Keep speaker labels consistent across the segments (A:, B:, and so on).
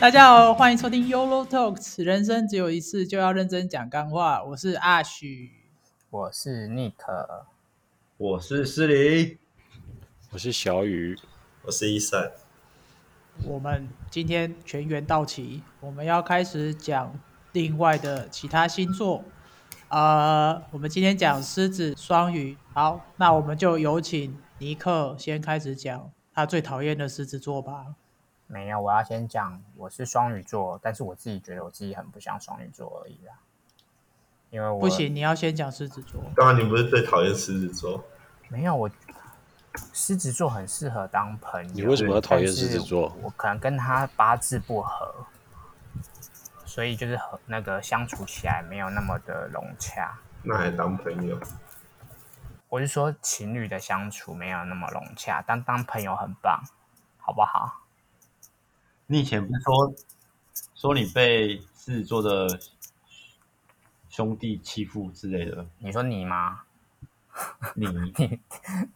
A: 大家好，欢迎收听 Yolo Talks，人生只有一次，就要认真讲干话。我是阿许，
B: 我是 Nick，
C: 我是诗林，
D: 我是小雨，
E: 我是一善。
A: 我们今天全员到齐，我们要开始讲另外的其他星座。呃，我们今天讲狮子、双鱼。好，那我们就有请尼克先开始讲他最讨厌的狮子座吧。
B: 没有，我要先讲我是双鱼座，但是我自己觉得我自己很不像双鱼座而已啦。因为我
A: 不行，你要先讲狮子座。
E: 刚刚你不是最讨厌狮子座？
B: 没有，我狮子座很适合当朋友。
D: 你为什么要讨厌狮子座？
B: 我可能跟他八字不合，所以就是和那个相处起来没有那么的融洽。
E: 那还当朋友？
B: 我是说情侣的相处没有那么融洽，但当朋友很棒，好不好？
C: 你以前不是说说你被狮子座的兄弟欺负之类的？
B: 你说你吗？
C: 你
B: 你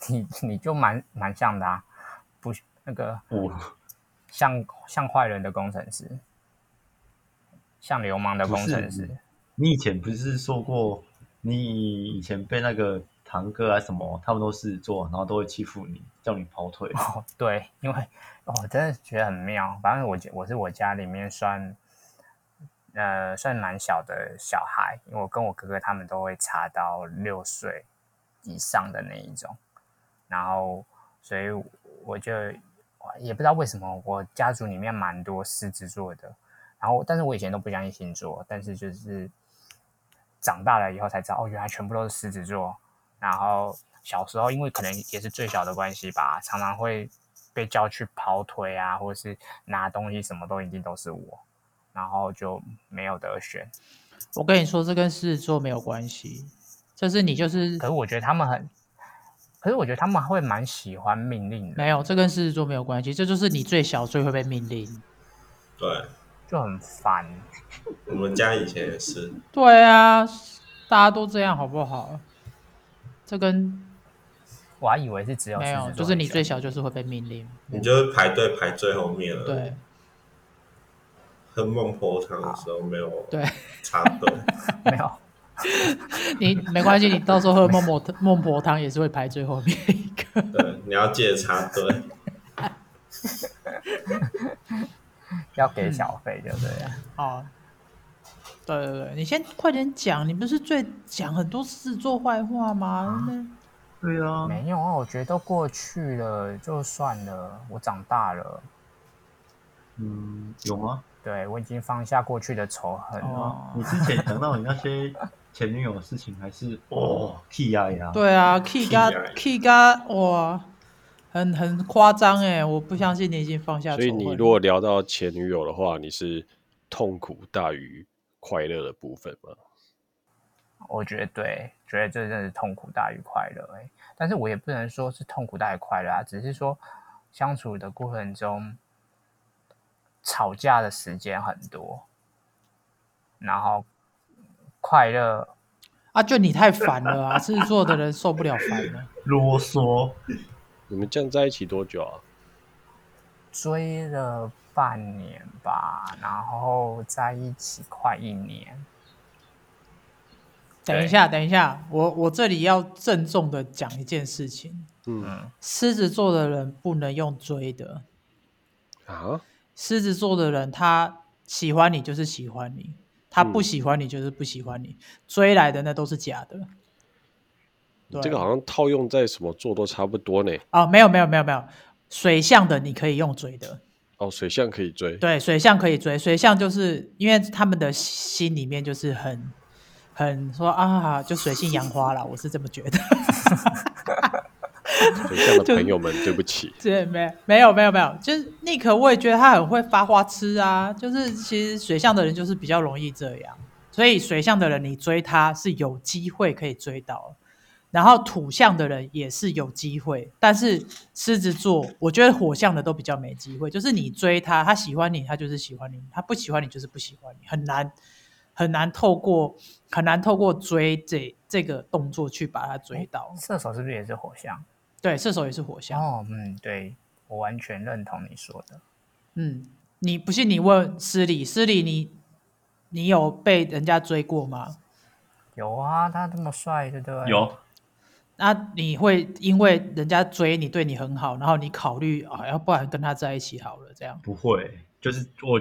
B: 你 你就蛮蛮像的啊，不那个
C: 我
B: 像像坏人的工程师，像流氓的
C: 不
B: 工程
C: 是
B: 师。
C: 你以前不是说过你以前被那个堂哥啊什么，他们都狮子座，然后都会欺负你，叫你跑腿。
B: 哦，对，因为哦，我真的觉得很妙。反正我家我是我家里面算，呃，算蛮小的小孩，因为我跟我哥哥他们都会差到六岁以上的那一种。然后，所以我就我也不知道为什么，我家族里面蛮多狮子座的。然后，但是我以前都不相信星座，但是就是长大了以后才知道，哦，原来全部都是狮子座。然后小时候因为可能也是最小的关系吧，常常会被叫去跑腿啊，或者是拿东西，什么都一定都是我，然后就没有得选。
A: 我跟你说，这跟狮子座没有关系，这是你就是
B: 可是我觉得他们很，可是我觉得他们会蛮喜欢命令的，
A: 没有，这跟狮子座没有关系，这就是你最小最会被命令。
E: 对，
B: 就很烦。
E: 我们家以前也是。
A: 对啊，大家都这样好不好？这跟
B: 我还以为是只有
A: 没
B: 狮
A: 有，
B: 子
A: 就
B: 座
A: 是
B: 很
A: 你
D: 啊
B: 喜
A: 最
B: 欢
A: 小就是会被命令。
E: 你就是排队排最后面了。，
A: 对
E: 喝孟婆汤的时候没有
A: 对，
E: 插 队，
B: 没有。
A: 你没关系，你到时候喝孟婆孟婆汤也是会排最后面一个。
E: 对，你要记得插队。
B: 要
A: 嗯
B: 给小费，对不对了？
A: 好，对对对，你先快点讲，你不是最讲很多事做坏话吗？那
C: 对
A: 哦
C: 啊，
B: 没有啊，我觉得都过去了，就算了。我长大了，
C: 嗯，有吗？
B: 对我已经放下过去的仇
D: 啊
B: 恨了。
A: 哦，
C: 你之前讲到你那些前女友的事情，还是哦替呀呀？
A: 对啊，K
E: 呀
A: 嘎
D: 哎
A: K 嘎，哇，很很夸张哎，我不相信你已经放下仇
D: 所
A: 恨
D: 以
A: 了。
D: 你如果聊到前女友的话，你是痛苦大于快乐的部分吗？
B: 我觉得对，觉得这真的是痛苦大于快乐、欸。但是我也不能说是痛苦大于快乐啊，只是说相处的过程中，吵架的时间很多，然后快乐
A: 啊，就你太烦了啊！狮子座的人受不了烦了。
C: 啰嗦。
D: 你们这样在一起多久啊？
B: 追了半年吧，然后在一起快一年。
A: 等一下，等一下，我我这里要郑重的讲一件事情：
D: 嗯
B: 嗯，
A: 狮子座的人不能用追的，
D: 啊，
A: 狮子座的人他喜欢你就是喜欢你，他不
D: 嗯
A: 喜欢你就是不喜欢你，追来的那都是假的。对啊
D: 这个好像套用在什么座都差不多呢。
A: 哦，没有没有没有没有，水象的你可以用追的，
D: 哦，水象可以 追，
A: 对，水象可以追，水象就是因为他们的心里面就是很很说啊，就水性杨花啦，我是这么觉得。
D: 水象
A: 就
D: 的朋友们，对不起，
A: 对，没没有没有没有，就是尼克，我也觉得他很会发花痴啊。就是其实水象的人就是比较容易这样，所以水象的人你追他是有机会可以追到，然后土象的人也是有机会，但是狮子座，我觉得火象的都比较没机会。就是你追他，他喜欢你，他就是喜欢你；他不喜欢你，就是不喜欢你，很难很难透过很难透过追这这个动作去把他追到。
B: 射手是不是也是火象？
A: 对，射手也是火象。
B: 哦，嗯，对，我完全认同你说的。
A: 嗯，你不信你问诗里，诗里你你有被人家追过吗？
B: 有啊，他这么帅，对不对？
C: 有
A: 那你会因为人家追你，对你很好，然后你考虑啊，要不然跟他在一起好了，这样
C: 不会？就是我，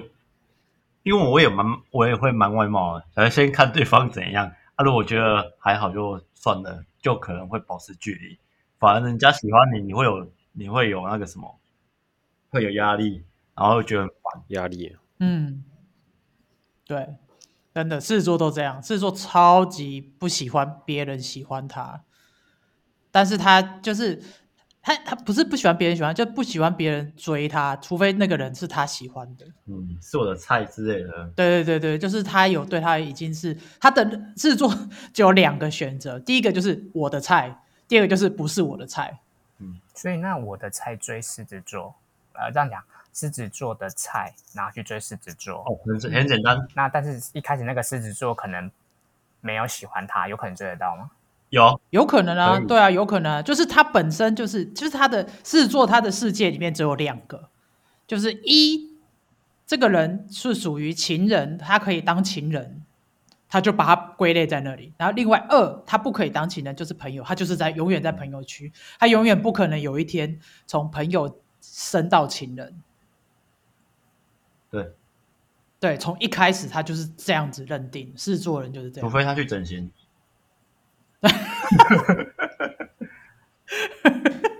C: 因为我也蛮，我也会蛮外貌的，反正先看对方怎样。啊，如果觉得还好就算了，就可能会保持距离。反而人家喜欢你，你会有你会有那个什么，会有压力，然后觉得很烦。
D: 压力。
A: 嗯，对，真的，狮子座都这样，狮子座超级不喜欢别人喜欢他，但是他就是他，他不是不喜欢别人喜欢，就不喜欢别人追他，除非那个人是他喜欢的。
C: 嗯，是我的菜之类的。
A: 对对对对，就是他有对他已经是他的狮子座就有两个选择，第一个就是我的菜，第二个就是不是我的菜。
B: 所以那我的菜追狮子座，呃，这样讲，狮子座的菜，然后去追狮子座。
C: 哦，很简很简单，
B: 那但是一开始那个狮子座可能没有喜欢他，有可能追得到吗？
C: 有
A: 有可能啊
C: 可，以
A: 对啊，有可能啊，就是他本身就是就是他的狮子座，他的世界里面只有两个，就是一这个人是属于情人，他可以当情人，他就把他归类在那里。然后另外二，他不可以当情人，就是朋友，他就是在永远在朋友区，他永远不可能有一天从朋友升到情人。
C: 对，
A: 对，从一开始他就是这样子认定，狮子座人就是这
C: 除
A: 样。
C: 非他去整形。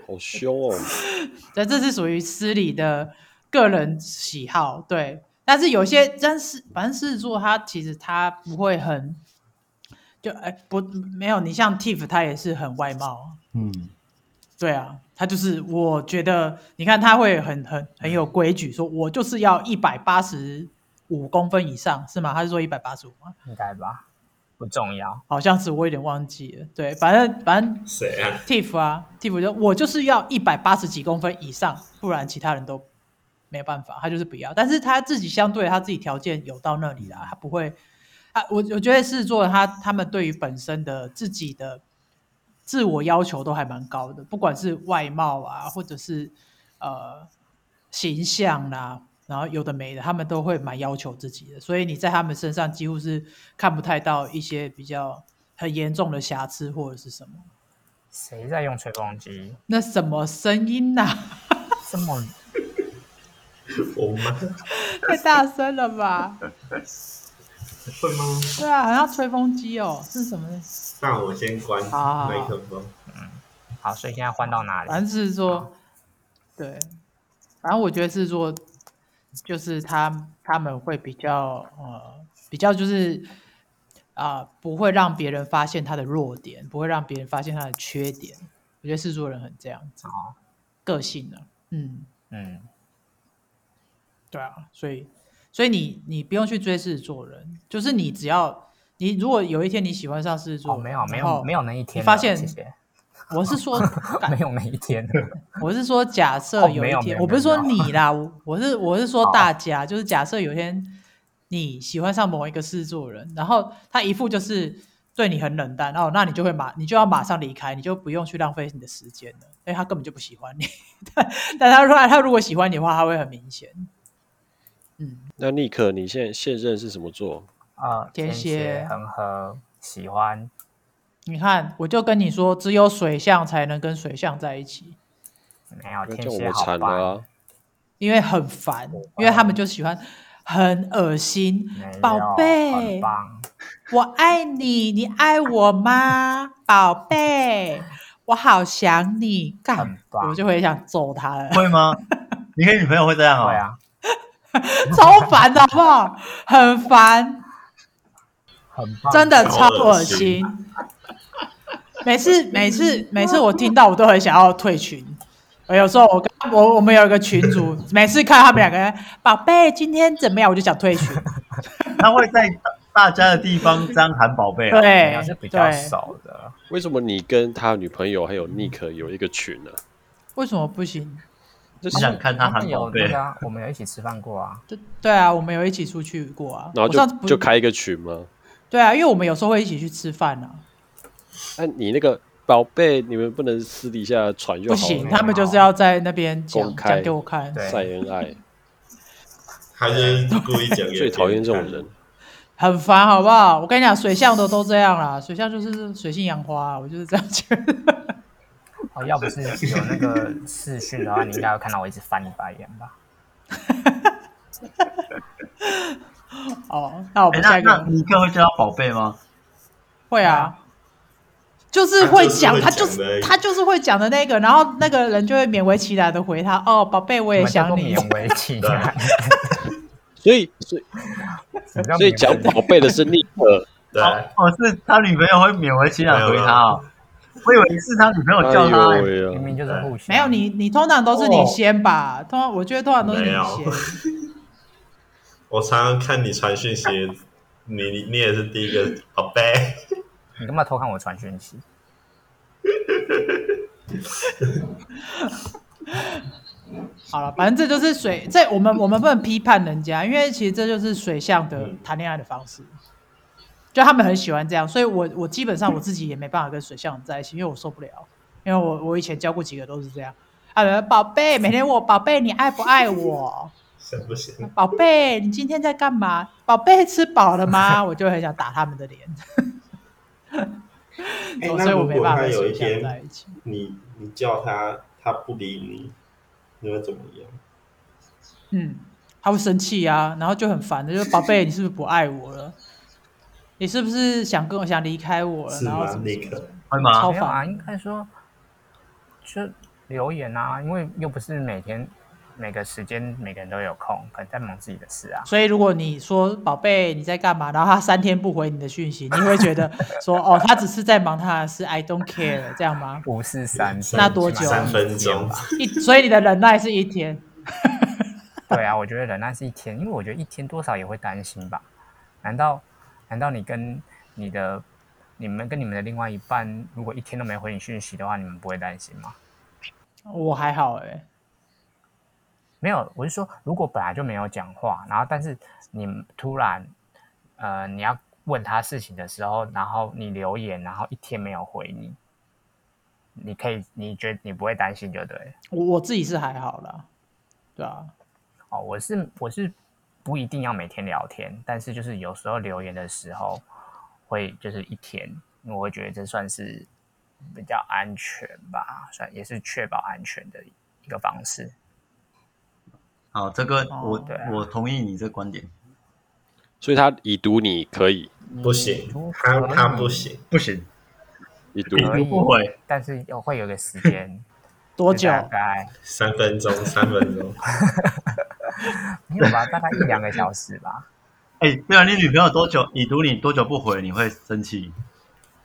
D: 好凶哦！
A: 对，这是属于私理的个人喜好，对。但是有些，但是反正狮子座他其实他不会很，就哎、不没有你像 Tiff 他也是很外貌，
C: 嗯，
A: 对啊，他就是我觉得你看他会很很很有规矩，说我就是要一百八十五公分以上是吗？他是说一百八十五吗？
B: 应该吧，不重要。
A: 好像是我有点忘记了，对，反正反正
E: 谁啊？
A: Tiff 啊，Tiff 就我就是要一百八十几公分以上，不然其他人都没有办法，他就是不要。但是他自己相对他自己条件有到那里啦，他不会，他我我觉得狮子座的他他们对于本身的自己的自我要求都还蛮高的，不管是外貌啊，或者是呃形象啦、然后有的没的，他们都会蛮要求自己的，所以你在他们身上几乎是看不太到一些比较很严重的瑕疵或者是什么。
B: 谁在用吹风机？
A: 那什么声音呐、
B: 这么
E: 我妈
A: 太大声了吧？
E: 会吗？
A: 对啊，好像吹风机哦，是什么呢？
E: 那我先关
A: 好好好
E: 麦克风。
B: 好，所以现在换到哪
A: 反
B: 里？
A: 正是说，对，反正我觉得是说，就是他他们会比较呃，比较就是啊、不会让别人发现他的弱点，不会让别人发现他的缺点。我觉得狮子座人很这样子，个性呢、嗯，
B: 嗯，
A: 对啊，所以所以你你不用去追狮子座人，就是你只要你如果有一天你喜欢上狮子座
B: 哦，
A: 人，
B: 没有，
A: 然
B: 没有，
A: 后
B: 没有那一天了。
A: 你发现
B: 谢谢，
A: 我是说干，
B: 没有那一天了。
A: 我是说， 假设
B: 哦
A: 有
B: 没
A: 一
B: 有没
A: 天，
B: 有
A: 我不是
B: 没有
A: 说你 啦，我我是我是说大家，就是假设有一天你喜欢上某一个狮子座人，然后他一副就是对你很冷淡，哦，那你就会马，你就要马上离开，你就不用去浪费你的时间了，因为他根本就不喜欢你。 但但他如果他如果喜欢你的话，他会很明显。
D: 那尼克，你现在现任是什么座？
B: 呃，
A: 天
B: 蝎
A: 蝎
B: 恒河喜欢，
A: 你看，我就跟你说，只有水象才能跟水象在一起，
B: 没有
D: 那
B: 天
D: 这样我
B: 蝎
D: 们
B: 好
D: 惨了
B: 棒。
D: 啊！
A: 因为很烦，因为他们就喜欢很恶心
B: 没有，
A: 宝贝
B: 很。棒。
A: 我爱你，你爱我 吗，宝贝？我好想你，干
B: 很，棒
A: 我就会想揍他了，
C: 会吗？你跟女朋友会这样
B: 对
C: 哦？
B: 啊，
A: 超烦的好不好？很烦，
B: 很棒。
A: 真的超
E: 超
A: 恶
E: 恶
A: 心
E: 心。
A: 每次每次每次我听到，我都很想要退群。我有时候我跟我我们有一个群主，每次看他们两个人，宝贝今天怎么样，我就想退群。
C: 他会在大大家的地方这样喊宝贝
B: 没
C: 啊？
A: 对
B: 有是比较
A: 哎对，
B: 少的。
D: 为什么你跟他女朋友还有尼克有一个群呢、
A: 为什么不行？
D: 这
C: 你
D: 是
C: 想看他
B: 们
C: 喊宝
B: 有
C: 贝
B: 那个？啊，我们有一起吃饭过啊。
A: 对对啊，我们有一起出去过啊。
D: 然后
A: 我上次不
D: 就就开一个群吗？
A: 对啊，因为我们有时候会一起去吃饭啊。
D: 那、你那个宝贝，你们不能私底下传就
A: 不
D: 好
A: 行，
D: 了，
A: 他们就是要在那边讲
D: 公开
A: 讲给我看。
B: 对
D: 晒恩爱。
E: 他就是故意讲给
D: 最讨厌这种
E: 别
D: 人
E: 看。。
A: 很烦，好不好？我跟你讲，水象的都这样啦，水象就是水性杨花，啊我就是这样觉得。
B: 哦，要不是有那个视讯的话，你应该会看到我一直翻你白眼吧？
A: 哦，那我
C: 哎、
A: 们下
C: 那
A: 一个、
C: 那尼克会叫他宝贝吗？
A: 会啊，就是会讲，欸他
E: 他
A: 就
E: 就是会
A: 是
E: 讲的
A: 他就是会讲的那个，然后那个人就会勉为其难的回他，哦，宝贝，我
B: 我
A: 也
B: 们叫
A: 想
B: 做
A: 你。
B: 勉为其难。
D: 所以，所以，
B: 什么叫
D: 所以
B: 勉为
D: 讲宝贝的是尼克，
E: 对，
C: 哦，是他女朋友会勉为其难回他哦。我以为是他女朋友叫他、
D: 哎呦喂
B: 明
D: 啊！
B: 明就是互相。
A: 没有你，你通常都是你先吧，通常我觉得通常都是你
E: 没有
A: 先。
E: 我常常看你传讯息，你你你也是第一个宝贝，
B: 你干嘛偷看我传讯息？
A: 好了，反正这就是水，这我们我们不能批判人家，因为其实这就是水象的
E: 嗯
A: 谈恋爱的方式，就他们很喜欢这样，所以我我基本上我自己也没办法跟水象人在一起，因为我受不了，因为我我以前教过几个都是这样，啊，宝贝，每天我宝贝你爱不爱我？
E: 行不行？
A: 宝贝，你今天在干嘛？宝贝，吃饱了 吗？我就很想打他们的脸，
E: 哎
A: 所
E: 那
A: 以我
E: 如
A: 没
E: 果
A: 办法
E: 他
A: 跟
E: 有
A: 水
E: 一
A: 象在
E: 天
A: 一起。
E: 你你叫他，他不理你，你会怎么样？
A: 嗯，他会生气啊，然后就很烦的，就是宝贝，你是不是不爱我了？你是不是想跟我想离开我了？
E: 是啊
A: 然后
E: 吗
A: 什？么
E: 那
A: 什么
E: 个
C: 会吗
A: 超？
B: 没有啊，应该说就留言啊，因为又不是每天每个时间每个人都有空，可能在忙自己的事啊。
A: 所以如果你说宝贝你在干嘛，然后他三天不回你的讯息，你会觉 得说哦，他只是在忙他的事，I don't care，这样吗？
B: 五四三，
A: 那多久啊
E: 三分钟，
A: 一，所以你的忍耐是一天。
B: 对啊，我觉得忍耐是一天，因为我觉得一天多少也会担心吧。难道难道你跟你的你们跟你们的另外一半，如果一天都没回你讯息的话，你们不会担心吗？
A: 我还好哎、
B: 没有，我是说，如果本来就没有讲话，然后但是你突然，呃，你要问他事情的时候，然后你留言，然后一天没有回你，你可以，你觉得你不会担心就对了。
A: 我我自己是还好啦，对啊，
B: 哦，我是我是不一定要每天聊天，但是就是有时候留言的时候会就是一天，因为我会觉得这算是比较安全吧，算也是确保安全的一个方式。
C: 好，这个
A: 哦
C: 我、
B: 对啊
C: 我同意你这观点，
D: 所以他已读你可以，
E: 不行
B: 嗯，
E: 他他不行，
C: 不行，
D: 已读
C: 已
B: 可以
C: 读不回，
B: 但是又会有一个时间，
A: 多
B: 就
A: 久？
B: 大概
E: 三分钟，三分钟，
B: 没有吧，大概一两个小时吧。
C: 哎、对啊，你女朋友多久已读你多久不回，你会生气？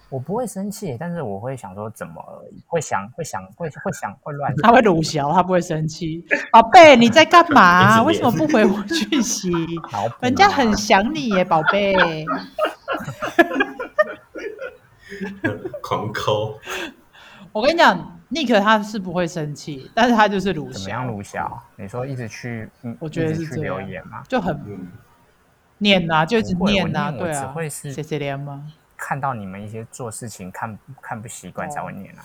B: 我不会生气，但是我会想说怎么而已，会想会想会会想会乱
A: 他
B: 想。
A: 会鲁小，他不会生气。宝贝，你在干嘛、啊
E: 一直念
A: 为什么不回我讯息？
B: 脑补
A: 人家
B: 啊
A: 很想你耶，宝贝。
E: 狂抠，
A: 我跟你讲，尼克他是不会生气，但是他就是鲁
B: 怎么
A: 小
B: 样，，卢晓？你说一直去，嗯
A: 我觉得
B: 一直
A: 是
B: 去
A: 这
B: 留
A: 样
B: 言吗？
A: 就很
E: 嗯，
A: 念呐、就一直
B: 不会我
A: 呐、
B: 念我
A: 对
B: 只
A: 啊。
B: 会是
A: C C 连吗？
B: 看到你们一些做事情看看不习惯
A: 哦
B: 才会念啊。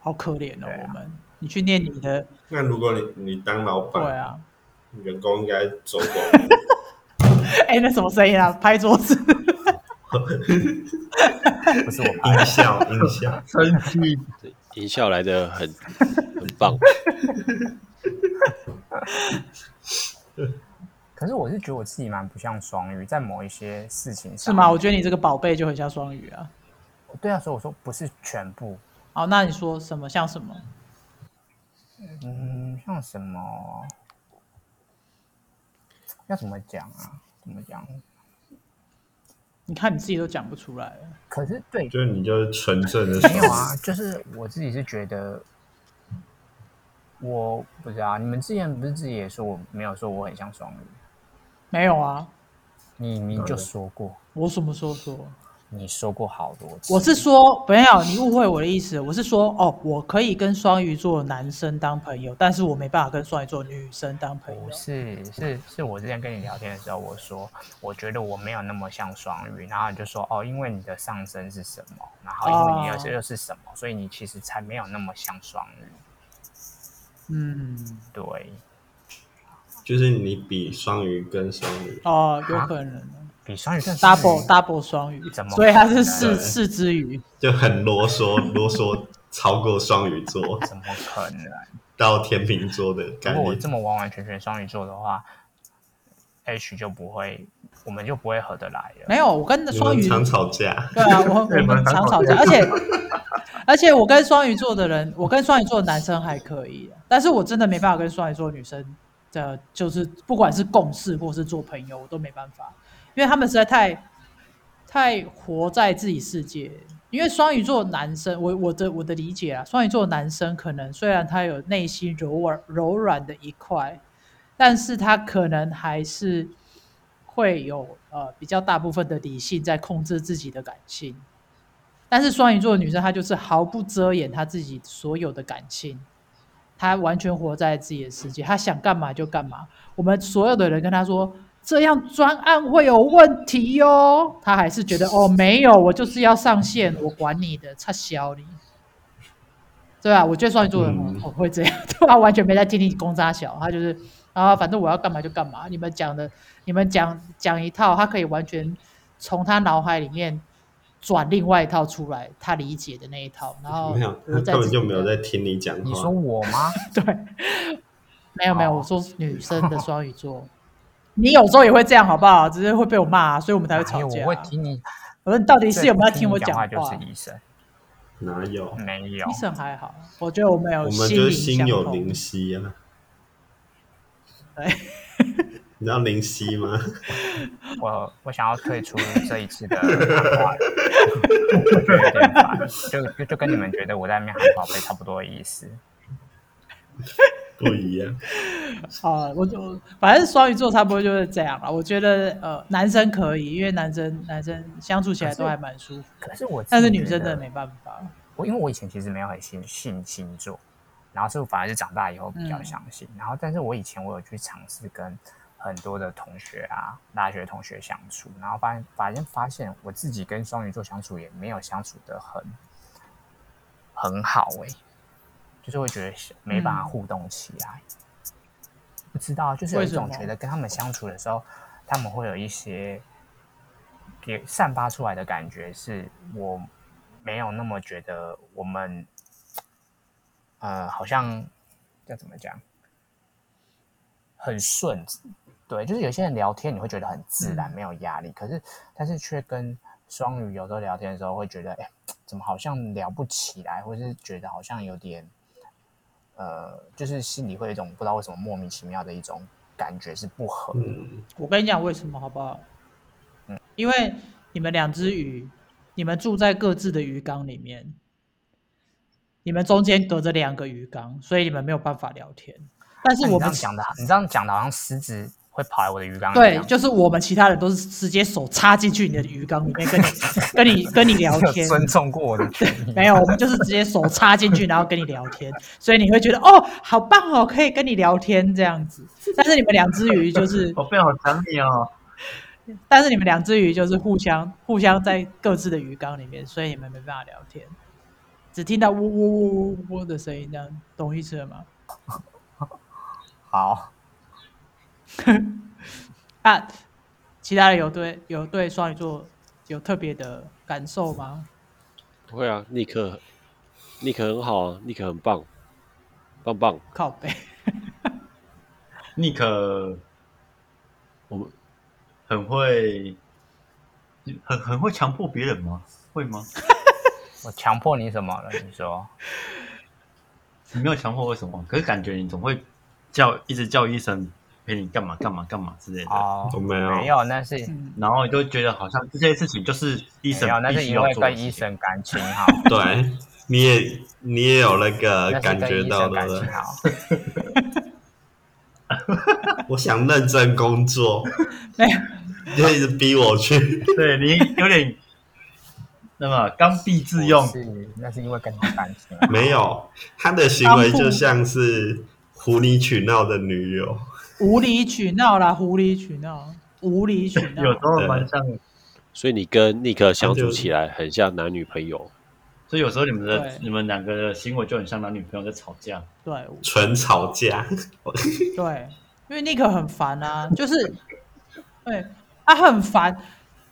A: 好可怜哦，
B: 对啊
A: 我们。你去念你的，
E: 那如果你你当老
A: 对
E: 板，
A: 啊。
E: 员工应该走光，
A: 哎、那什么声音啊？拍桌子。
B: 不是我拍
E: 音效音效，
C: 生气，
D: 音效来 的很很棒。
B: 可是我是觉得我自己蛮不像双鱼，在某一些事情
A: 是
B: 上
A: 吗？我觉得你这个宝贝就很像双鱼啊。
B: 对啊，所以我说不是全部，
A: 好，那你说什么像什么？
B: 嗯，像什么要怎么讲啊？怎么讲？
A: 你看你自己都讲不出来了。
B: 可是对，
E: 就是你就是纯正的
B: 没有啊，就是我自己是觉得，我不知道啊，你们之前不是自己也说我没有说我很像双鱼，
A: 没有啊，
B: 你你就说过，
A: 我什么时候说？
B: 你说过好多次，
A: 我是说，没有，你误会我的意思。我是说，哦，我可以跟双鱼座男生当朋友，但是我没办法跟双鱼座女生当朋友
B: 不。哦是，是是我之前跟你聊天的时候，我说我觉得我没有那么像双鱼，然后你就说哦，因为你的上升是什么，然后因为你又是
A: 哦
B: 又是什么，所以你其实才没有那么像双鱼。
A: 嗯，
B: 对，
E: 就是你比双鱼跟双鱼，
A: 哦，有可能哦
B: 比双鱼更双鱼
A: double double 双鱼
B: 啊怎，么
A: 所以它
B: 可
A: 是
B: 能
A: 四四只鱼。
E: 就很啰嗦，啰嗦超过双鱼座
B: 怎么可能？啊
E: 到天秤座的概
B: 如果我这
E: 念。
B: 么完完全全双鱼座的话，H 就不会，我们就不会合得来了。
A: 没有，我跟
E: 你
A: 双
E: 们
A: 鱼
E: 常吵架，
A: 对 啊，我我
C: 对
A: 们
C: 蛮
A: 常
C: 常
A: 吵
C: 吵
A: 架，
C: 架
A: 而且而且我跟双鱼座的人，我跟双鱼座的男生还可以，啊但是我真的没办法跟双鱼座的女生的，就是不管是共事或是做朋友，我都没办法，因为他们实在太太活在自己世界。因为双鱼座男生，我我的我的理解啊，双鱼座男生可能虽然他有内心柔软柔软的一块，但是他可能还是会有呃比较大部分的理性在控制自己的感性，但是双鱼座的女生她就是毫不遮掩她自己所有的感性，她完全活在自己的世界，她想干嘛就干嘛。我们所有的人跟她说这样专案会有问题哟、她还是觉得哦没有，我就是要上线，我管你的，差小你。对啊，我觉得双鱼座的人
E: 嗯
A: 很会这样， 对吧、完全没在听你公扎小，他就是啊，反正我要干嘛就干嘛。你们讲的，你们讲讲一套，他可以完全从他脑海里面转另外一套出来，他理解的那一套，然后
E: 没有，
A: 我
E: 他
A: 再
E: 根本
A: 自己
E: 就没有
A: 的
E: 在听你讲
B: 你说
E: 话。
B: 我吗？
A: 没有没有，
B: 哦
A: 我说女生的双鱼座，你有时候也会这样好不好？只是会被我骂、所以 我们才会
B: 哪
A: 吵
B: 有
A: 架
B: 我。会听你，
A: 我说你到底是有没有在
B: 你
A: 我
B: 讲
A: 讲话？
B: 就是医生，
E: 哪有？
B: 没有
A: 医。生还好，我觉得我们有
E: 我们就是
A: 哦心
E: 心
A: 灵
E: 有
A: 相通
E: 灵犀啊。
A: 对，
E: 你知道灵犀吗？
B: 我我想要退出这一次的谈话，我觉得有点烦，就就就跟你们觉得我在那边喊宝贝差不多的意思。
E: 不一样。
A: 啊，我就反正双鱼座差不多就是这样了。我觉得呃，男生可以，因为男生男生相处起来都还蛮舒服，
B: 可是我自己
A: 但是女生真
B: 觉
A: 的
B: 得
A: 没办法。
B: 我因为我以前其实没有很信信星座，然后是反而是长大以后比
A: 嗯
B: 较相信。然后，但是我以前我有去尝试跟很多的同学啊，大学同学相处，然后发现发现发现我自己跟双鱼座相处也没有相处的很很好哎、就是会觉得没办法
A: 嗯
B: 互动起来。不知道，就是有
A: 为
B: 一
A: 什
B: 种
A: 么
B: 觉得跟他们相处的时候，他们会有一些给散发出来的感觉，是我没有那么觉得我们，呃，好像要怎么讲，很顺，对，就是有些人聊天你会觉得很自然，
A: 嗯
B: 没有压力，可是但是却跟双鱼有时候聊天的时候会觉得，哎、怎么好像聊不起来，或是觉得好像有点，呃，就是心里会有一种不知道为什么莫名其妙的一种感觉是不合。
E: 嗯，
A: 我跟你讲为什么好不好？
B: 嗯
A: 因为你们两只鱼，你们住在各自的鱼缸里面，你们中间隔着两个鱼缸，所以你们没有办法聊天。但是
B: 那你
A: 我
B: 这
A: 们
B: 样讲的，你这样讲的好像狮子会跑来我的鱼缸里一
A: 对，
B: 样。
A: 就是我们其他人都是直接手插进去你的鱼缸里面， 跟你跟你跟你聊
B: 你 有
A: 天，
B: 尊重过我的权益。
A: 没有，我们就是直接手插进去，然后跟你聊天，所以你会觉得哦，好棒哦，可以跟你聊天这样子。但是你们两只鱼就是，
C: 宝贝好想你哦。
A: 但是你们两只鱼就是互相互相在各自的鱼缸里面，所以你们没办法聊天，只听到呜呜呜呜呜的声音，这样懂意思了吗？
B: 好，
A: 啊，其他人有对有对双鱼座有特别的感受吗？
D: 不会啊，尼克，尼克很好啊，尼克很棒，棒棒。
A: 靠背，
C: 尼克
D: 我们
C: 很会，很很会强迫别人吗？会吗？
B: 我强迫你什么了？你说
C: 你没有强迫为什么？可是感觉你总会叫一直叫医生陪你干嘛干嘛干嘛之类的，
B: 哦，
E: 我没有
B: 没有，那是
A: 嗯，
C: 然后你就觉得好像这些事情就是
B: 没
C: 医生
B: 有，那
C: 必
B: 是
C: 须
B: 因
C: 要
B: 为
C: 做的
B: 跟
C: 事
B: 医
C: 情。
B: 生感情 好，
E: 对，你也你也有那个
B: 那是
E: 感
B: 跟
E: 觉
B: 医
E: 到
B: 生
E: 对
B: 感
E: 不对
B: 情？好。
E: 我想认真工作，
A: 没有，
E: 就一直逼我去。
C: 对你有点，那么刚愎自用
B: 不，是，那是因为跟他感情好。
E: 没有，他的行为就像是无理取闹的女友。
A: 无理取闹啦，无理取闹，无理取闹
C: 有。时候蛮像，
D: 所以你跟尼克相
E: 那
D: 处
E: 就
D: 起来很像男女朋友，
C: 所以有时候你们的
A: 对
C: 你们两个的行为就很像男女朋友在吵架。
A: 对
E: 纯吵架，
A: 对，因为 Nick 很烦啊，就是对他很烦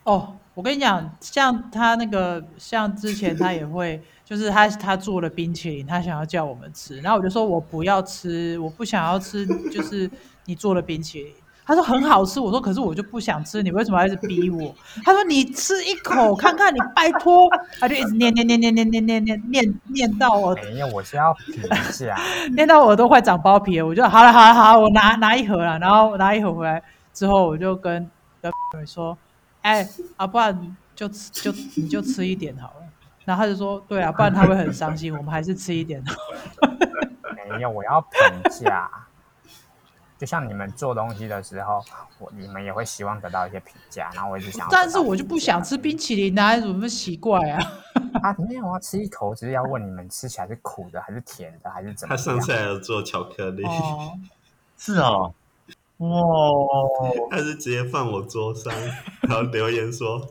A: 哦。我跟你讲，像他那个，像之前他也会，就是他他做了冰淇淋，他想要叫我们吃，然后我就说我不要吃，我不想要吃，就是你做的冰淇淋。他说很好吃，我说可是我就不想吃，你为什么要一直逼我？他说你吃一口看看，你拜托，他就一直念念念念念念念念念念到我
B: 没有，我是要评价。
A: 念到我都快长包皮了，我就好了好了好了，我拿拿一盒了，然后拿一盒回来之后，我就跟跟 说，哎、啊，不然就吃就你就吃一点好了。然后他就说，对啊，不然他会很伤心，我们还是吃一点 好了。
B: 没有，我要评价。就像你们做东西的时候，我你们也会希望得到一些评价，然后我一直想要得到
A: 但
B: 评价。
A: 是我就不想吃冰淇淋啊，有什么奇怪啊？
B: 啊，没有啊，吃一口，只是要问你们吃起来是苦的还是甜的还是怎么
E: 他上
B: 样
E: 次。还有做巧克力，
A: 哦，
C: 是哦，哇，
E: 他是直接放我桌上，然后留言说：“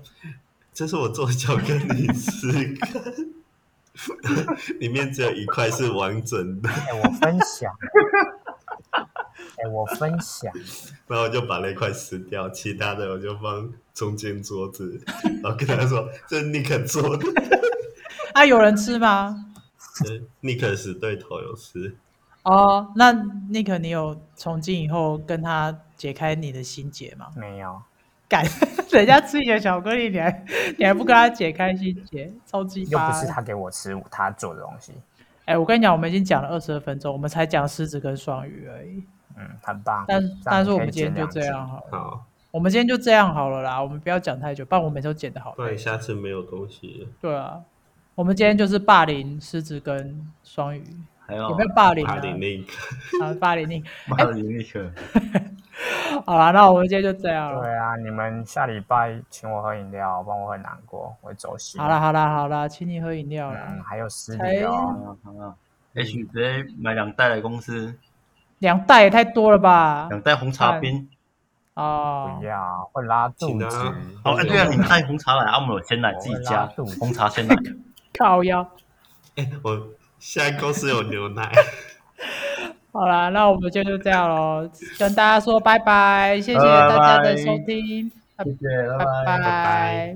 E: 这是我做的巧克力吃，看 里面只有一块是完整的。
B: 哎、我分享。哎、我分享，”
E: 然后我就把那块撕掉，其他的我就放中间桌子，然后跟他说：“这是尼克做的。
A: 啊，有人吃吗？”
E: 尼克死对头有事，
A: 哦，那 Nick，你有从今以后跟他解开你的心结吗？
B: 没有，
A: 敢，人家吃你的巧克力，你还你还不跟他解开心结，超级
B: 又
A: 巴
B: 不是他给我吃他做的东西，
A: 哎、我跟你讲，我们已经讲了二十二分钟，我们才讲狮子跟双鱼而已。
B: 嗯，很棒。
A: 但
B: 这样
A: 但是
B: 你
A: 我
B: 可以
A: 们今天
B: 剪
A: 就
B: 两
A: 这
B: 集
A: 样好了，
E: 好，
A: 我们今天就这样好了啦，我们不要讲太久，不然我每次都剪的好
E: 不
A: 累
E: 然下次没有东西了。
A: 对啊，我们今天就是霸凌狮子跟双鱼，
C: 还有
A: 有没有霸凌、啊？
E: 帕里尼克，
A: 啊，霸凌你。
C: 马里尼克，
B: 哎
A: 好啦，那我们今天就这样了。
B: 对啊，你们下礼拜请我喝饮料，不然我很难过，我会走心。
A: 好啦，好啦，好啦，请你喝饮料
B: 嗯，
A: 啦，
B: 还有失
A: 才
B: 礼哦，
C: 啊啊，H 直接买两袋来公司，
A: 两袋也太多了吧？
C: 两袋红茶冰。
A: 哦
B: 不，要会拉肚
E: 请他
B: 子。
C: 哦，哎对啊，你们带红茶来，阿姆有鲜奶自己加
B: 我会拉肚子
C: 红茶鲜奶。
A: 靠腰。
E: 我现在公司有牛奶。
A: 好啦，那我们今天就这样喽，跟大家说拜拜，谢谢
C: 拜
A: 大家的
C: 拜
A: 收听，拜
C: 谢谢，拜
A: 拜
C: 拜。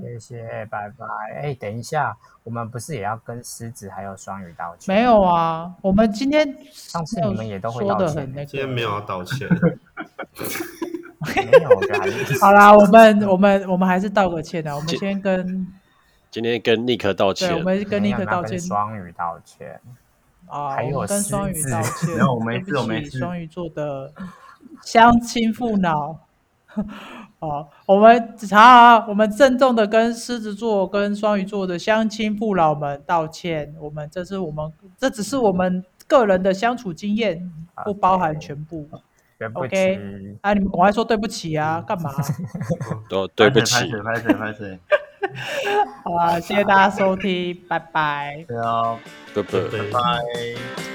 E: 拜
B: 谢谢，拜拜。哎，等一下，我们不是也要跟狮子还有双鱼道歉？
A: 没有啊，我们今天
B: 上次你们也都会
A: 说
B: 道
A: 的
B: 歉
A: 很那
E: 今天
A: 个。
E: 没有要道歉，
B: 没有，我觉得 还是
A: 好啦，我们我们我们还是道个歉啊的，我们
D: 这
A: 先跟
D: 今天跟尼克道
A: 对，我
D: 歉，
A: 们跟
B: 没
A: 尼
B: 有
A: 克
B: 要
A: 道
B: 跟
A: 歉
B: 双鱼道歉。
A: 啊，
B: 还有
A: 我们跟
B: 狮
A: 双鱼
B: 子
A: 道歉，
C: 没有我没事
A: 对不
C: 我没
A: 起
C: 事
A: 双鱼座的乡亲父老。 哦，我们好好，我们郑重的跟狮子座跟双鱼座的乡亲父老们道歉，我们这是我们这只是我们个人的相处经验，
B: 啊
A: 不包含全部。
B: 对不
A: OK
B: 起，
A: 啊，你们赶快说对不起啊，干嘛？
D: 都对不
C: 拍
D: 起，
C: 谁拍谁拍谁，
A: 好啊，谢谢大家收听，拜拜。
C: 对啊，
D: 不不。
E: 对
C: 拜。